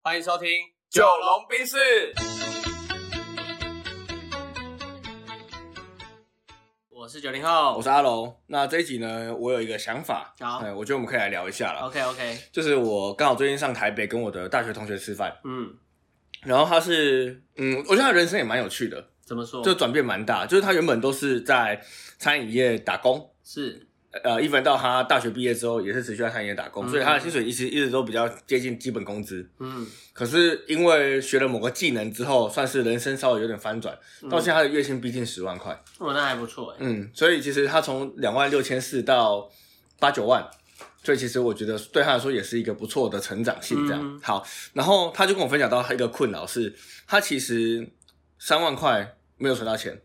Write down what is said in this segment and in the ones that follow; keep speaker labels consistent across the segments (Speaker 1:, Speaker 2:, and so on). Speaker 1: 欢迎收听《
Speaker 2: 九龙冰室。
Speaker 1: 我是九零后，
Speaker 2: 我是阿龙。那这一集呢，我有一个想法，
Speaker 1: 好
Speaker 2: 哎，我觉得我们可以来聊一下了。
Speaker 1: OK OK，
Speaker 2: 就是我刚好最近上台北跟我的大学同学吃饭，
Speaker 1: 嗯，
Speaker 2: 然后他是，嗯，我觉得他人生也蛮有趣的，
Speaker 1: 怎么说？
Speaker 2: 就转变蛮大。就是他原本都是在餐饮业打工，
Speaker 1: 是
Speaker 2: 呃，一直到他大学毕业之后，也是持续在餐饮业打工，
Speaker 1: 嗯
Speaker 2: 所以他的薪水一直一直都比较接近基本工资。
Speaker 1: 嗯，
Speaker 2: 可是因为学了某个技能之后，算是人生稍微有点翻转，到现在他的月薪逼近十万块。
Speaker 1: 我嗯那还不错哎，
Speaker 2: 嗯，所以其实他从两万六千四到八九万，所以其实我觉得对他来说也是一个不错的成长性。这样、
Speaker 1: 嗯
Speaker 2: 好，然后他就跟我分享到他一个困扰是，他其实三万块没有存到钱，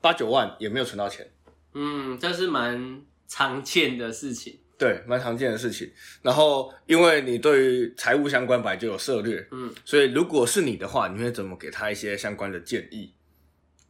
Speaker 2: 八九万也没有存到钱，
Speaker 1: 嗯，这是蛮常见的事情，
Speaker 2: 对，蛮常见的事情。然后因为你对于财务相关本来就有涉略，
Speaker 1: 嗯，
Speaker 2: 所以如果是你的话，你会怎么给他一些相关的建议？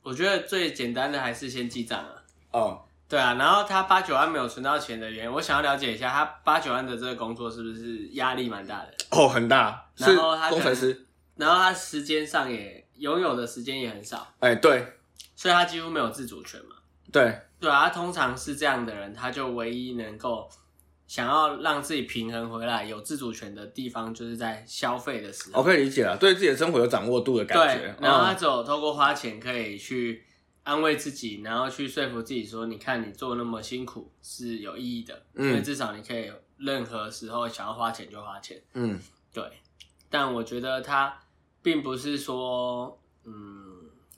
Speaker 1: 我觉得最简单的还是先记账啊。
Speaker 2: 哦，
Speaker 1: 对啊，然后他八九万没有存到钱的原因，我想要了解一下，他八九万的这个工作是不是压力蛮大的？
Speaker 2: 哦，很大，是
Speaker 1: 然后他可
Speaker 2: 工
Speaker 1: 能
Speaker 2: 程师，
Speaker 1: 然后他时间上也拥有的时间也很少，
Speaker 2: 哎，对
Speaker 1: 所以他几乎没有自主权嘛。
Speaker 2: 对，
Speaker 1: 对啊，他通常是这样的人，他就唯一能够想要让自己平衡回来、有自主权的地方，就是在消费的时
Speaker 2: 我
Speaker 1: 候。
Speaker 2: 哦可以理解了，对自己的生活有掌握度的感
Speaker 1: 对
Speaker 2: 觉，。
Speaker 1: 然后他
Speaker 2: 嗯、
Speaker 1: 只有透过花钱可以去安慰自己，然后去说服自己说：“你看你做那么辛苦是有意义的，
Speaker 2: 嗯
Speaker 1: 因为至少你可以任何时候想要花钱就花钱。”
Speaker 2: 嗯，
Speaker 1: 对，但我觉得他并不是说嗯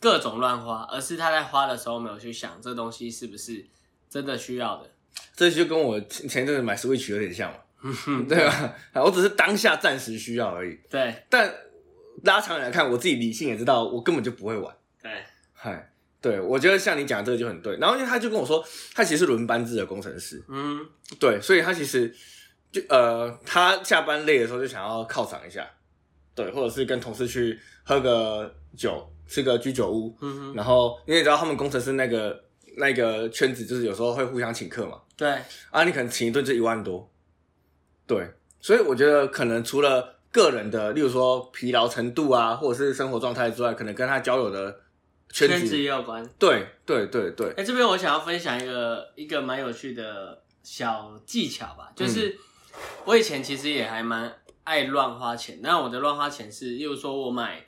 Speaker 1: 各种乱花，而是他在花的时候没有去想这东西是不是真的需要的。
Speaker 2: 这就跟我前前一阵子买 Switch 有点像嘛，
Speaker 1: 嗯
Speaker 2: 对吧？啊我只是当下暂时需要而已，
Speaker 1: 对
Speaker 2: 但拉长远来看，我自己理性也知道，我根本就不会玩。
Speaker 1: 对，
Speaker 2: 嗨，对我觉得像你讲的这个就很对。然后因为他就跟我说，他其实是轮班制的工程师，
Speaker 1: 嗯，
Speaker 2: 对，所以他其实就呃，他下班累的时候就想要犒赏一下，对，或者是跟同事去喝个酒，吃个居酒屋，
Speaker 1: 嗯哼，
Speaker 2: 然后你也知道他们工程师那个那个圈子，就是有时候会互相请客嘛，
Speaker 1: 对，
Speaker 2: 啊，你可能请一顿就一万多，对，所以我觉得可能除了个人的，例如说疲劳程度啊，或者是生活状态之外，可能跟他交友的圈子，
Speaker 1: 圈子也有关。
Speaker 2: 对对对对，
Speaker 1: 哎、这边我想要分享一个一个蛮有趣的小技巧吧，
Speaker 2: 嗯
Speaker 1: 就是、我以前其实也还蛮爱乱花钱。那我的乱花钱是，例如说我买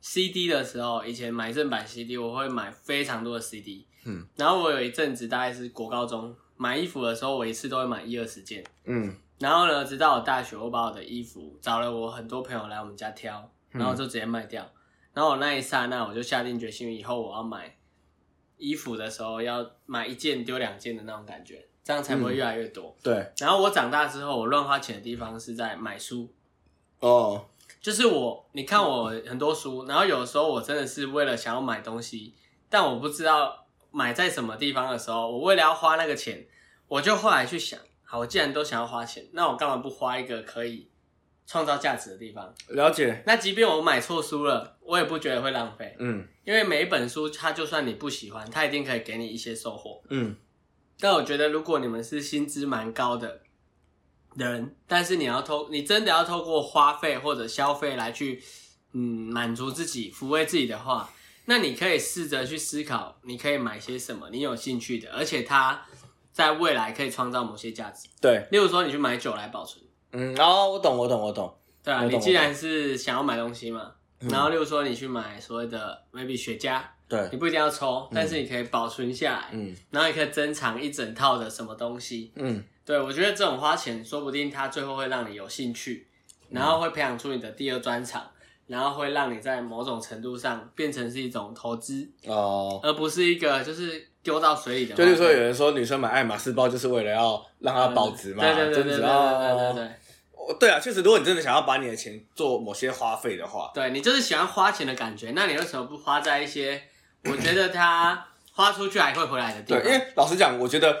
Speaker 1: CD 的时候，以前买正版 CD，我会买非常多的 CD。
Speaker 2: 嗯，
Speaker 1: 然后我有一阵子大概是国高中买衣服的时候，我一次都会买一二十件。
Speaker 2: 嗯
Speaker 1: 然后呢，直到我大学，我把我的衣服找了我很多朋友来我们家挑，
Speaker 2: 嗯
Speaker 1: 然后就直接卖掉。然后我那一刹那，我就下定决心，以后我要买衣服的时候要买一件丢两件的那种感觉，这样才不会越来越多。
Speaker 2: 对，
Speaker 1: 然后我长大之后，我乱花钱的地方是在买书，
Speaker 2: 哦，
Speaker 1: 就是我，你看我很多书，然后有时候我真的是为了想要买东西，但我不知道买在什么地方的时候，我为了要花那个钱，我就后来去想，好，我既然都想要花钱，那我干嘛不花一个可以创造价值的地方？
Speaker 2: 了解，
Speaker 1: 那即便我买错书了，我也不觉得会浪费，
Speaker 2: 嗯
Speaker 1: 因为每一本书，它就算你不喜欢，它一定可以给你一些收获。
Speaker 2: 嗯
Speaker 1: 但我觉得，如果你们是薪资蛮高的人，但是你要透，你真的要透过花费或者消费来去，嗯，满足自己、抚慰自己的话，那你可以试着去思考，你可以买些什么你有兴趣的，而且它在未来可以创造某些价值。
Speaker 2: 对，
Speaker 1: 例如说，你去买酒来保存，
Speaker 2: 嗯，哦，我懂我懂我懂，
Speaker 1: 对啊，
Speaker 2: 我懂
Speaker 1: 你既然是想要买东西嘛，然后例如说你去买所谓的 maybe 雪茄，
Speaker 2: 对
Speaker 1: 你，不一定要抽，但是你可以保存下来，
Speaker 2: 嗯
Speaker 1: 然后你可以珍藏一整套的什么东西，
Speaker 2: 嗯
Speaker 1: 对，我觉得这种花钱，说不定它最后会让你有兴趣，然后会培养出你的第二专长，然后会让你在某种程度上变成是一种投资，
Speaker 2: 哦。
Speaker 1: 而不是一个就是丢到水里的花费。
Speaker 2: 就是说，有人说女生买爱马仕包就是为了要让它保值嘛，
Speaker 1: 对对对对
Speaker 2: 增
Speaker 1: 对
Speaker 2: 值
Speaker 1: 对对对对，
Speaker 2: 哦对啊，确实，如果你真的想要把你的钱做某些花费的话，
Speaker 1: 对你就是喜欢花钱的感觉，那你为什么不花在一些我觉得它花出去还会回来的地
Speaker 2: 对，
Speaker 1: 方？
Speaker 2: 因为老实讲，我觉得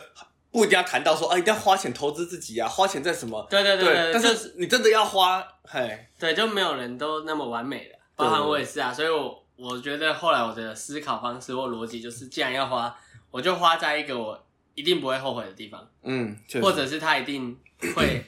Speaker 2: 不一定要谈到说啊，一定要花钱投资自己啊，花钱在什么？
Speaker 1: 对对对对，
Speaker 2: 但
Speaker 1: 就是
Speaker 2: 你真的要花，嘿，
Speaker 1: 对，就没有人都那么完美的，包含我也是啊，所以我我觉得后来我的思考方式或逻辑就是，既然要花，我就花在一个我一定不会后悔的地方，
Speaker 2: 嗯，确实
Speaker 1: 或者是它一定会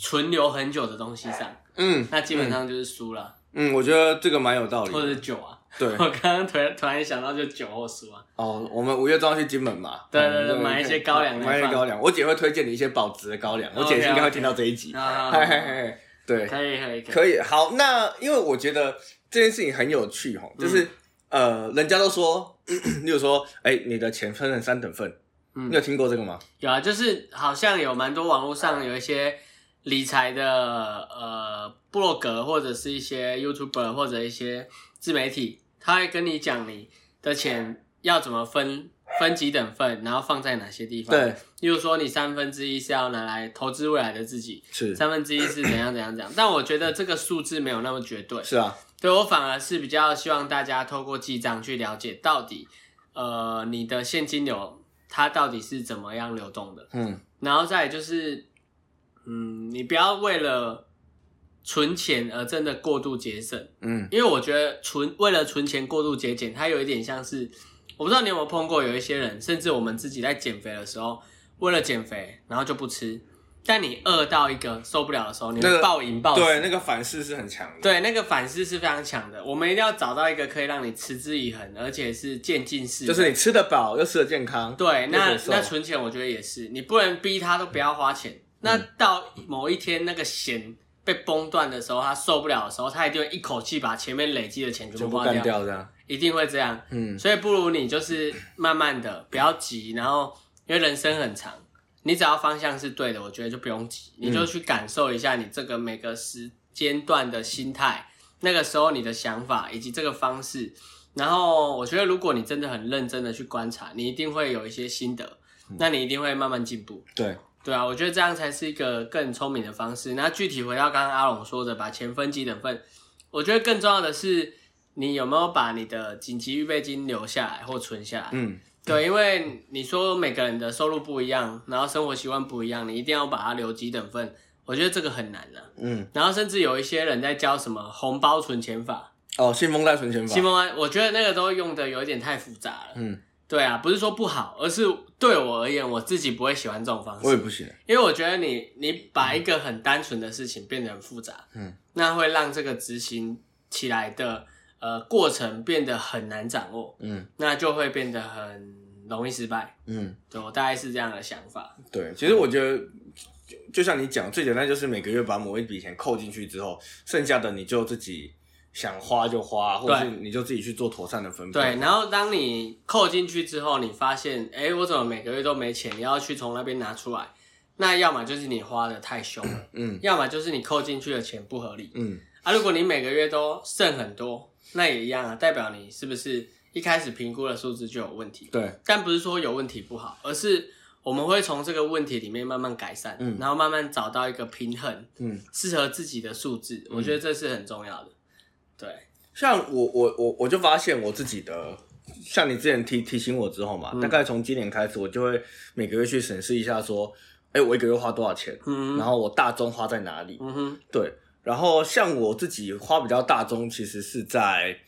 Speaker 1: 存留很久的东西上。
Speaker 2: 嗯
Speaker 1: 那基本上就是输了，
Speaker 2: 嗯，我觉得这个蛮有道理
Speaker 1: 或者
Speaker 2: 的。
Speaker 1: 是酒啊。
Speaker 2: 对
Speaker 1: 我刚刚突然突然想到，就酒或输啊。
Speaker 2: 哦，我们五月中要去金门嘛，
Speaker 1: 对对对
Speaker 2: 嗯
Speaker 1: 买一些高粱来
Speaker 2: 买一些
Speaker 1: 放
Speaker 2: 高粱。我姐会推荐你一些保值的高粱，我姐
Speaker 1: OK，OK
Speaker 2: 应该会听到这一集。
Speaker 1: 啊，
Speaker 2: 嘿嘿嘿，对，
Speaker 1: 可以可以以。
Speaker 2: 可以。好，那因为我觉得这件事情很有趣吼，就是、呃，人家都说， 例如说，哎、你的钱分成三等份，
Speaker 1: 嗯
Speaker 2: 你有听过这个吗？
Speaker 1: 有啊，就是好像有蛮多网络上有一些理财的呃布洛格，或者是一些 YouTuber 或者一些自媒体，他会跟你讲你的钱要怎么分，分几等份，然后放在哪些地方。，
Speaker 2: 对，
Speaker 1: 例如说你三分之一是要拿来投资未来的自己，
Speaker 2: 是
Speaker 1: 三分之一是怎样怎样怎样。但我觉得这个数字没有那么绝对，
Speaker 2: 是啊，
Speaker 1: 对我反而是比较希望大家透过记账去了解到底，呃，你的现金流它到底是怎么样流动的。
Speaker 2: 嗯
Speaker 1: 然后再来就是，嗯，你不要为了存钱而真的过度节省，
Speaker 2: 嗯，
Speaker 1: 因为我觉得存为了存钱过度节俭，它有一点像是，我不知道你有没有碰过有一些人，甚至我们自己在减肥的时候，为了减肥然后就不吃，但你饿到一个受不了的时候，你
Speaker 2: 那
Speaker 1: 会
Speaker 2: 个
Speaker 1: 暴饮暴食。
Speaker 2: 对，那个反噬是很强的。
Speaker 1: 对，那个反思是非常强的。我们一定要找到一个可以让你持之以恒，而且是渐进式的。
Speaker 2: 就是你吃得饱又吃得健康，
Speaker 1: 对，那
Speaker 2: 又可以瘦
Speaker 1: 那存钱我觉得也是，你不能逼他都不要花钱。那到某一天那个弦被崩断的时候，他受不了的时候，他一定会一口气把前面累积的钱全
Speaker 2: 全
Speaker 1: 部
Speaker 2: 部
Speaker 1: 花
Speaker 2: 干
Speaker 1: 掉，
Speaker 2: 掉这样。
Speaker 1: 一定会这样。
Speaker 2: 嗯，
Speaker 1: 所以不如你就是慢慢的，不要急，然后因为人生很长，你只要方向是对的，我觉得就不用急，你就去感受一下你这个每个时间段的心态，那个时候你的想法以及这个方式。然后我觉得，如果你真的很认真的去观察，你一定会有一些心得，那你一定会慢慢进步。
Speaker 2: 对，
Speaker 1: 对啊，我觉得这样才是一个更聪明的方式。那具体回到刚刚阿龙说的，把钱分几等份，我觉得更重要的是你有没有把你的紧急预备金留下来或存下来。
Speaker 2: 嗯，
Speaker 1: 对，因为你说每个人的收入不一样，然后生活习惯不一样，你一定要把它留几等份，我觉得这个很难的、
Speaker 2: 嗯，
Speaker 1: 然后甚至有一些人在教什么红包存钱法，
Speaker 2: 哦，信封袋存钱法，
Speaker 1: 西蒙安，我觉得那个都用的有一点太复杂了。
Speaker 2: 嗯，
Speaker 1: 对啊，不是说不好，而是对我而言，我自己不会喜欢这种方式。
Speaker 2: 我也不行。
Speaker 1: 因为我觉得你你把一个很单纯的事情变得很复杂，
Speaker 2: 嗯，
Speaker 1: 那会让这个执行起来的呃过程变得很难掌握，
Speaker 2: 嗯
Speaker 1: 那就会变得很容易失败。
Speaker 2: 嗯，
Speaker 1: 对我大概是这样的想法，
Speaker 2: 对，其实
Speaker 1: 嗯
Speaker 2: 我觉得就就像你讲，最简单就是每个月把某一笔钱扣进去之后，剩下的你就自己想花就花，或者是你就自己去做妥善的分配。
Speaker 1: 对。然后当你扣进去之后，你发现，哎，我怎么每个月都没钱？你要去从那边拿出来，那要么就是你花的太凶 了，
Speaker 2: 嗯
Speaker 1: 要么就是你扣进去的钱不合理，
Speaker 2: 嗯，
Speaker 1: 啊，如果你每个月都剩很多，那也一样啊，代表你是不是一开始评估的数字就有问题？
Speaker 2: 对，
Speaker 1: 但不是说有问题不好，而是我们会从这个问题里面慢慢改善，
Speaker 2: 嗯
Speaker 1: 然后慢慢找到一个平衡，
Speaker 2: 嗯，
Speaker 1: 适合自己的数字。我觉得这是很重要的。对，
Speaker 2: 像我我我我就发现我自己的。像你之前提提醒我之后嘛，
Speaker 1: 嗯
Speaker 2: 大概从今年开始，我就会每个月去审视一下，说，哎、我一个月花多少钱，
Speaker 1: 嗯
Speaker 2: 然后我大宗花在哪里，
Speaker 1: 嗯哼，
Speaker 2: 对，然后像我自己花比较大宗，其实是在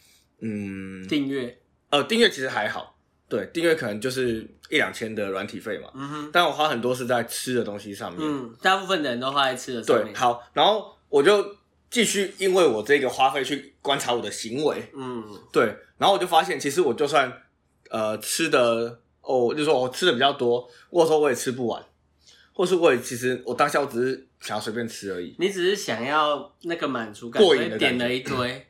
Speaker 2: 嗯
Speaker 1: 订阅，
Speaker 2: 呃订阅其实还好，对，订阅可能就是一两千的软体费嘛，
Speaker 1: 嗯哼，
Speaker 2: 但我花很多是在吃的东西上面。
Speaker 1: 嗯，大部分的人都花在吃的上
Speaker 2: 对，
Speaker 1: 面。
Speaker 2: 好，然后我就继续因为我这个花费去观察我的行为，
Speaker 1: 嗯
Speaker 2: 对，然后我就发现其实我就算呃吃的哦，就是说我吃的比较多，或者说我也吃不完，或是我也其实我当下我只是想要随便吃而已，
Speaker 1: 你只是想要那个满足感，
Speaker 2: 过
Speaker 1: 所
Speaker 2: 瘾的
Speaker 1: 以点
Speaker 2: 感觉
Speaker 1: 了一堆。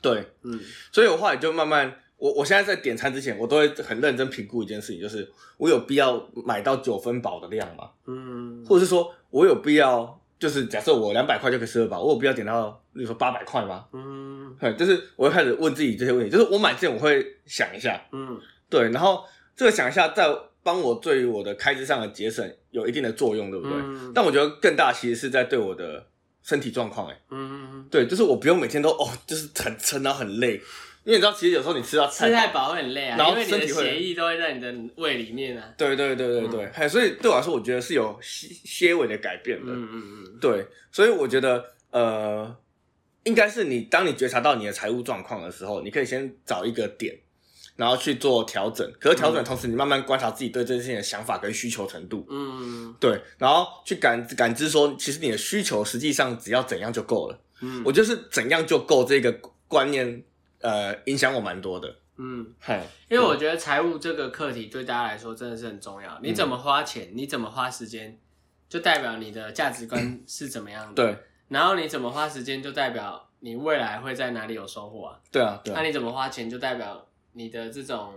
Speaker 2: 对，
Speaker 1: 嗯
Speaker 2: 所以我后来就慢慢，我我现在在点餐之前，我都会很认真评估一件事情，就是我有必要买到九分饱的量吗？
Speaker 1: 嗯，
Speaker 2: 或者是说我有必要，就是假设我两百块就可以吃得饱，我有必要点到，例如说八百块吗？
Speaker 1: 嗯
Speaker 2: 对，就是我会开始问自己这些问题，就是我买之前我会想一下，
Speaker 1: 嗯
Speaker 2: 对，然后这个想一下再帮我对于我的开支上的节省有一定的作用，对不对？
Speaker 1: 嗯
Speaker 2: 但我觉得更大其实是在对我的身体状况，哎，
Speaker 1: 嗯，
Speaker 2: 对，就是我不用每天都哦，就是很撑然后很累，因为你知道，其实有时候你吃到
Speaker 1: 吃
Speaker 2: 菜
Speaker 1: 太饱会很累啊，
Speaker 2: 然后
Speaker 1: 因为你的
Speaker 2: 身体会
Speaker 1: 血液都会在你的胃里面啊。
Speaker 2: 对对对对对，嘿所以对我来说，我觉得是有些些微的改变的。
Speaker 1: 嗯嗯嗯，
Speaker 2: 对，所以我觉得呃，应该是你当你觉察到你的财务状况的时候，你可以先找一个点，然后去做调整。可是调整的同时，你慢慢观察自己对这件事情的想法跟需求程度。
Speaker 1: 嗯，
Speaker 2: 对，然后去感感知说，其实你的需求实际上只要怎样就够了。
Speaker 1: 嗯
Speaker 2: 我就是怎样就够这个观念，呃，影响我蛮多的。
Speaker 1: 嗯，
Speaker 2: 嗨，
Speaker 1: 因为我觉得财务这个课题对大家来说真的是很重要。你怎么花钱，你怎么花时间，就代表你的价值观是怎么样的。
Speaker 2: 对
Speaker 1: 然后你怎么花时间，就代表你未来会在哪里有收获啊。
Speaker 2: 对啊，对
Speaker 1: 那
Speaker 2: 啊，
Speaker 1: 你怎么花钱，就代表你的这种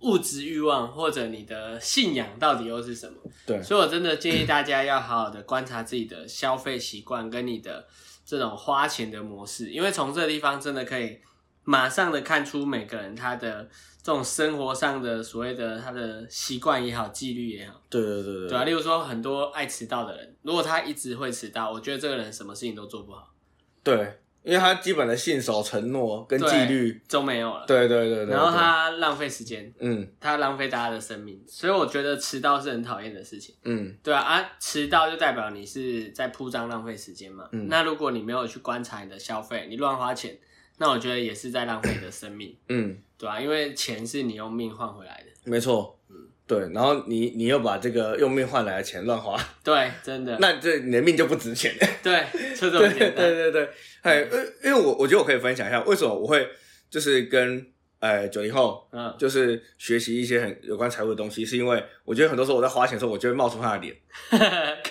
Speaker 1: 物质欲望或者你的信仰到底又是什么。
Speaker 2: 对
Speaker 1: 所以我真的建议大家要好好的观察自己的消费习惯跟你的这种花钱的模式，因为从这个地方真的可以马上的看出每个人他的这种生活上的所谓的他的习惯也好，纪律也好，
Speaker 2: 对对对
Speaker 1: 对啊，例如说很多爱迟到的人，如果他一直会迟到，我觉得这个人什么事情都做不好，
Speaker 2: 对，因为他基本的信守承诺跟
Speaker 1: 对
Speaker 2: 纪律，
Speaker 1: 都没有了。
Speaker 2: 对对对对，
Speaker 1: 然后
Speaker 2: 对，
Speaker 1: 他浪费时间，
Speaker 2: 嗯
Speaker 1: 他浪费大家的生命，所以我觉得迟到是很讨厌的事情。
Speaker 2: 嗯，
Speaker 1: 对啊，啊，迟到就代表你是在铺张浪费时间嘛。
Speaker 2: 嗯
Speaker 1: 那如果你没有去观察你的消费，你乱花钱，那我觉得也是在浪费你的生命，
Speaker 2: 嗯，
Speaker 1: 对啊，因为钱是你用命换回来的。
Speaker 2: 没错，对，然后你你又把这个用命换来的钱乱花，
Speaker 1: 对，真的，
Speaker 2: 那这你的命就不值钱。
Speaker 1: 对，就这
Speaker 2: 对
Speaker 1: 么
Speaker 2: 对
Speaker 1: 简单。
Speaker 2: 对对，哎，因为因为我我觉得我可以分享一下为什么我会就是跟呃九零后
Speaker 1: 嗯，
Speaker 2: 就是学习一些很有关财务的东西，是因为我觉得很多时候我在花钱的时候，我就会冒出他的脸，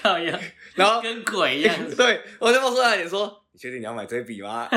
Speaker 1: 靠呀，
Speaker 2: 然后
Speaker 1: 跟鬼一样。
Speaker 2: 对我就冒出他的脸说：“你确定你要买这笔吗？”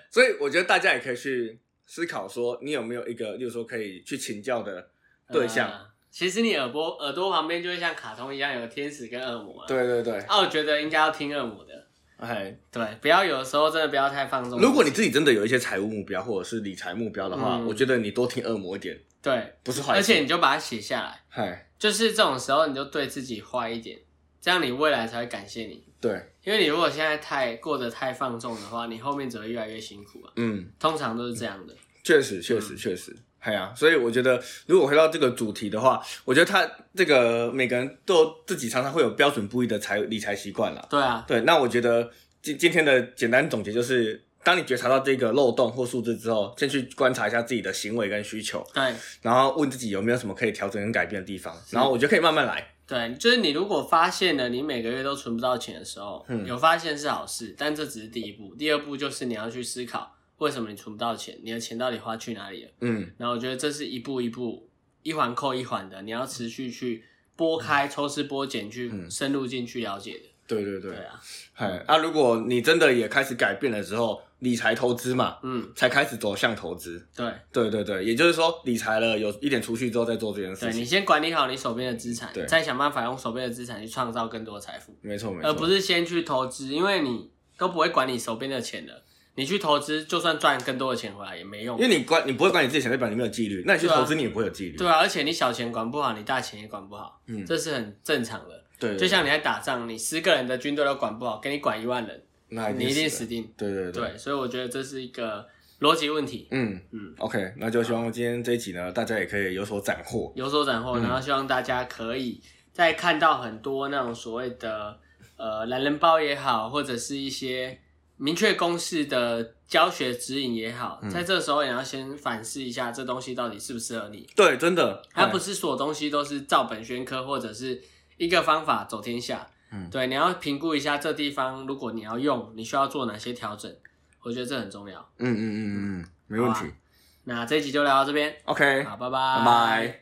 Speaker 2: 所以我觉得大家也可以去思考说，你有没有一个，例如说可以去请教的对象。
Speaker 1: 嗯其实你耳朵耳朵旁边就会像卡通一样有天使跟恶魔啊。
Speaker 2: 对对对，
Speaker 1: 啊，我觉得应该要听恶魔的。
Speaker 2: 哎，
Speaker 1: 对，不要有的时候真的不要太放纵。
Speaker 2: 如果你自己真的有一些财务目标或者是理财目标的话，
Speaker 1: 嗯
Speaker 2: 我觉得你多听恶魔一点
Speaker 1: 对，
Speaker 2: 不是坏
Speaker 1: 而
Speaker 2: 事。
Speaker 1: 且你就把它写下来。
Speaker 2: 嗨，
Speaker 1: 就是这种时候，你就对自己坏一点，这样你未来才会感谢你。
Speaker 2: 对，
Speaker 1: 因为你如果现在太过得太放纵的话，你后面只会越来越辛苦啊。
Speaker 2: 嗯。
Speaker 1: 通常都是这样的。
Speaker 2: 确实，确实，确实，哎呀、所以我觉得，如果回到这个主题的话，我觉得他这个每个人都有自己常常会有标准不一的财理财习惯啦。
Speaker 1: 对啊，
Speaker 2: 对，那我觉得今今天的简单总结就是，当你觉察到这个漏洞或数字之后，先去观察一下自己的行为跟需求，
Speaker 1: 对
Speaker 2: 然后问自己有没有什么可以调整跟改变的地方，然后我觉得可以慢慢来。
Speaker 1: 对，就是你如果发现了你每个月都存不到钱的时候，
Speaker 2: 嗯
Speaker 1: 有发现是好事，但这只是第一步。第二步就是你要去思考，为什么你存不到钱，你的钱到底花去哪里了。
Speaker 2: 嗯，
Speaker 1: 然后我觉得这是一步一步，一环扣一环的，你要持续去拨开、抽丝剥茧去
Speaker 2: 嗯
Speaker 1: 深入进去了解的。
Speaker 2: 对对对
Speaker 1: 对，啊，
Speaker 2: 哎，啊，如果你真的也开始改变了之后，理财投资嘛，
Speaker 1: 嗯，
Speaker 2: 才开始走向投资。
Speaker 1: 对。
Speaker 2: 对对对，也就是说理财了，有一点储蓄之后再做这件事
Speaker 1: 对你
Speaker 2: 情。
Speaker 1: 先管理好你手边的资产
Speaker 2: 对，
Speaker 1: 再想办法用手边的资产去创造更多财富，
Speaker 2: 没错没错，
Speaker 1: 而不是先去投资，因为你都不会管你手边的钱的。你去投资，就算赚更多的钱回来也没用
Speaker 2: 因，为你管你不会管你自己钱，代表你没有纪律。那你去
Speaker 1: 对啊
Speaker 2: 投资你也不会有纪律。
Speaker 1: 对啊。而且你小钱管不好，你大钱也管不好，
Speaker 2: 嗯
Speaker 1: 这是很正常的。
Speaker 2: 对，对
Speaker 1: 就像你在打仗，你十个人的军队都管不好，给你管一万人，
Speaker 2: 那
Speaker 1: 你一定
Speaker 2: 死
Speaker 1: 死
Speaker 2: 了。
Speaker 1: 定。
Speaker 2: 对对对，
Speaker 1: 对，所以我觉得这是一个逻辑问题，
Speaker 2: 嗯
Speaker 1: 嗯
Speaker 2: 嗯，OK，那就希望今天这一集呢，大家也可以有所斩获。
Speaker 1: 有所斩
Speaker 2: 嗯
Speaker 1: 获。然后希望大家可以在看到很多那种所谓的呃懒人包也好，或者是一些明确公式的教学指引也好，
Speaker 2: 嗯
Speaker 1: 在这时候也要先反思一下这东西到底适不适合你。
Speaker 2: 对，真的，
Speaker 1: 它不
Speaker 2: 哎
Speaker 1: 是所有东西都是照本宣科，或者是一个方法走天下。
Speaker 2: 嗯
Speaker 1: 对，你要评估一下这地方，如果你要用，你需要做哪些调整，我觉得这很重要。
Speaker 2: 嗯嗯嗯嗯嗯，没问题。
Speaker 1: 那这一集就聊到这边，
Speaker 2: OK，
Speaker 1: 啊好，拜拜，
Speaker 2: 拜拜。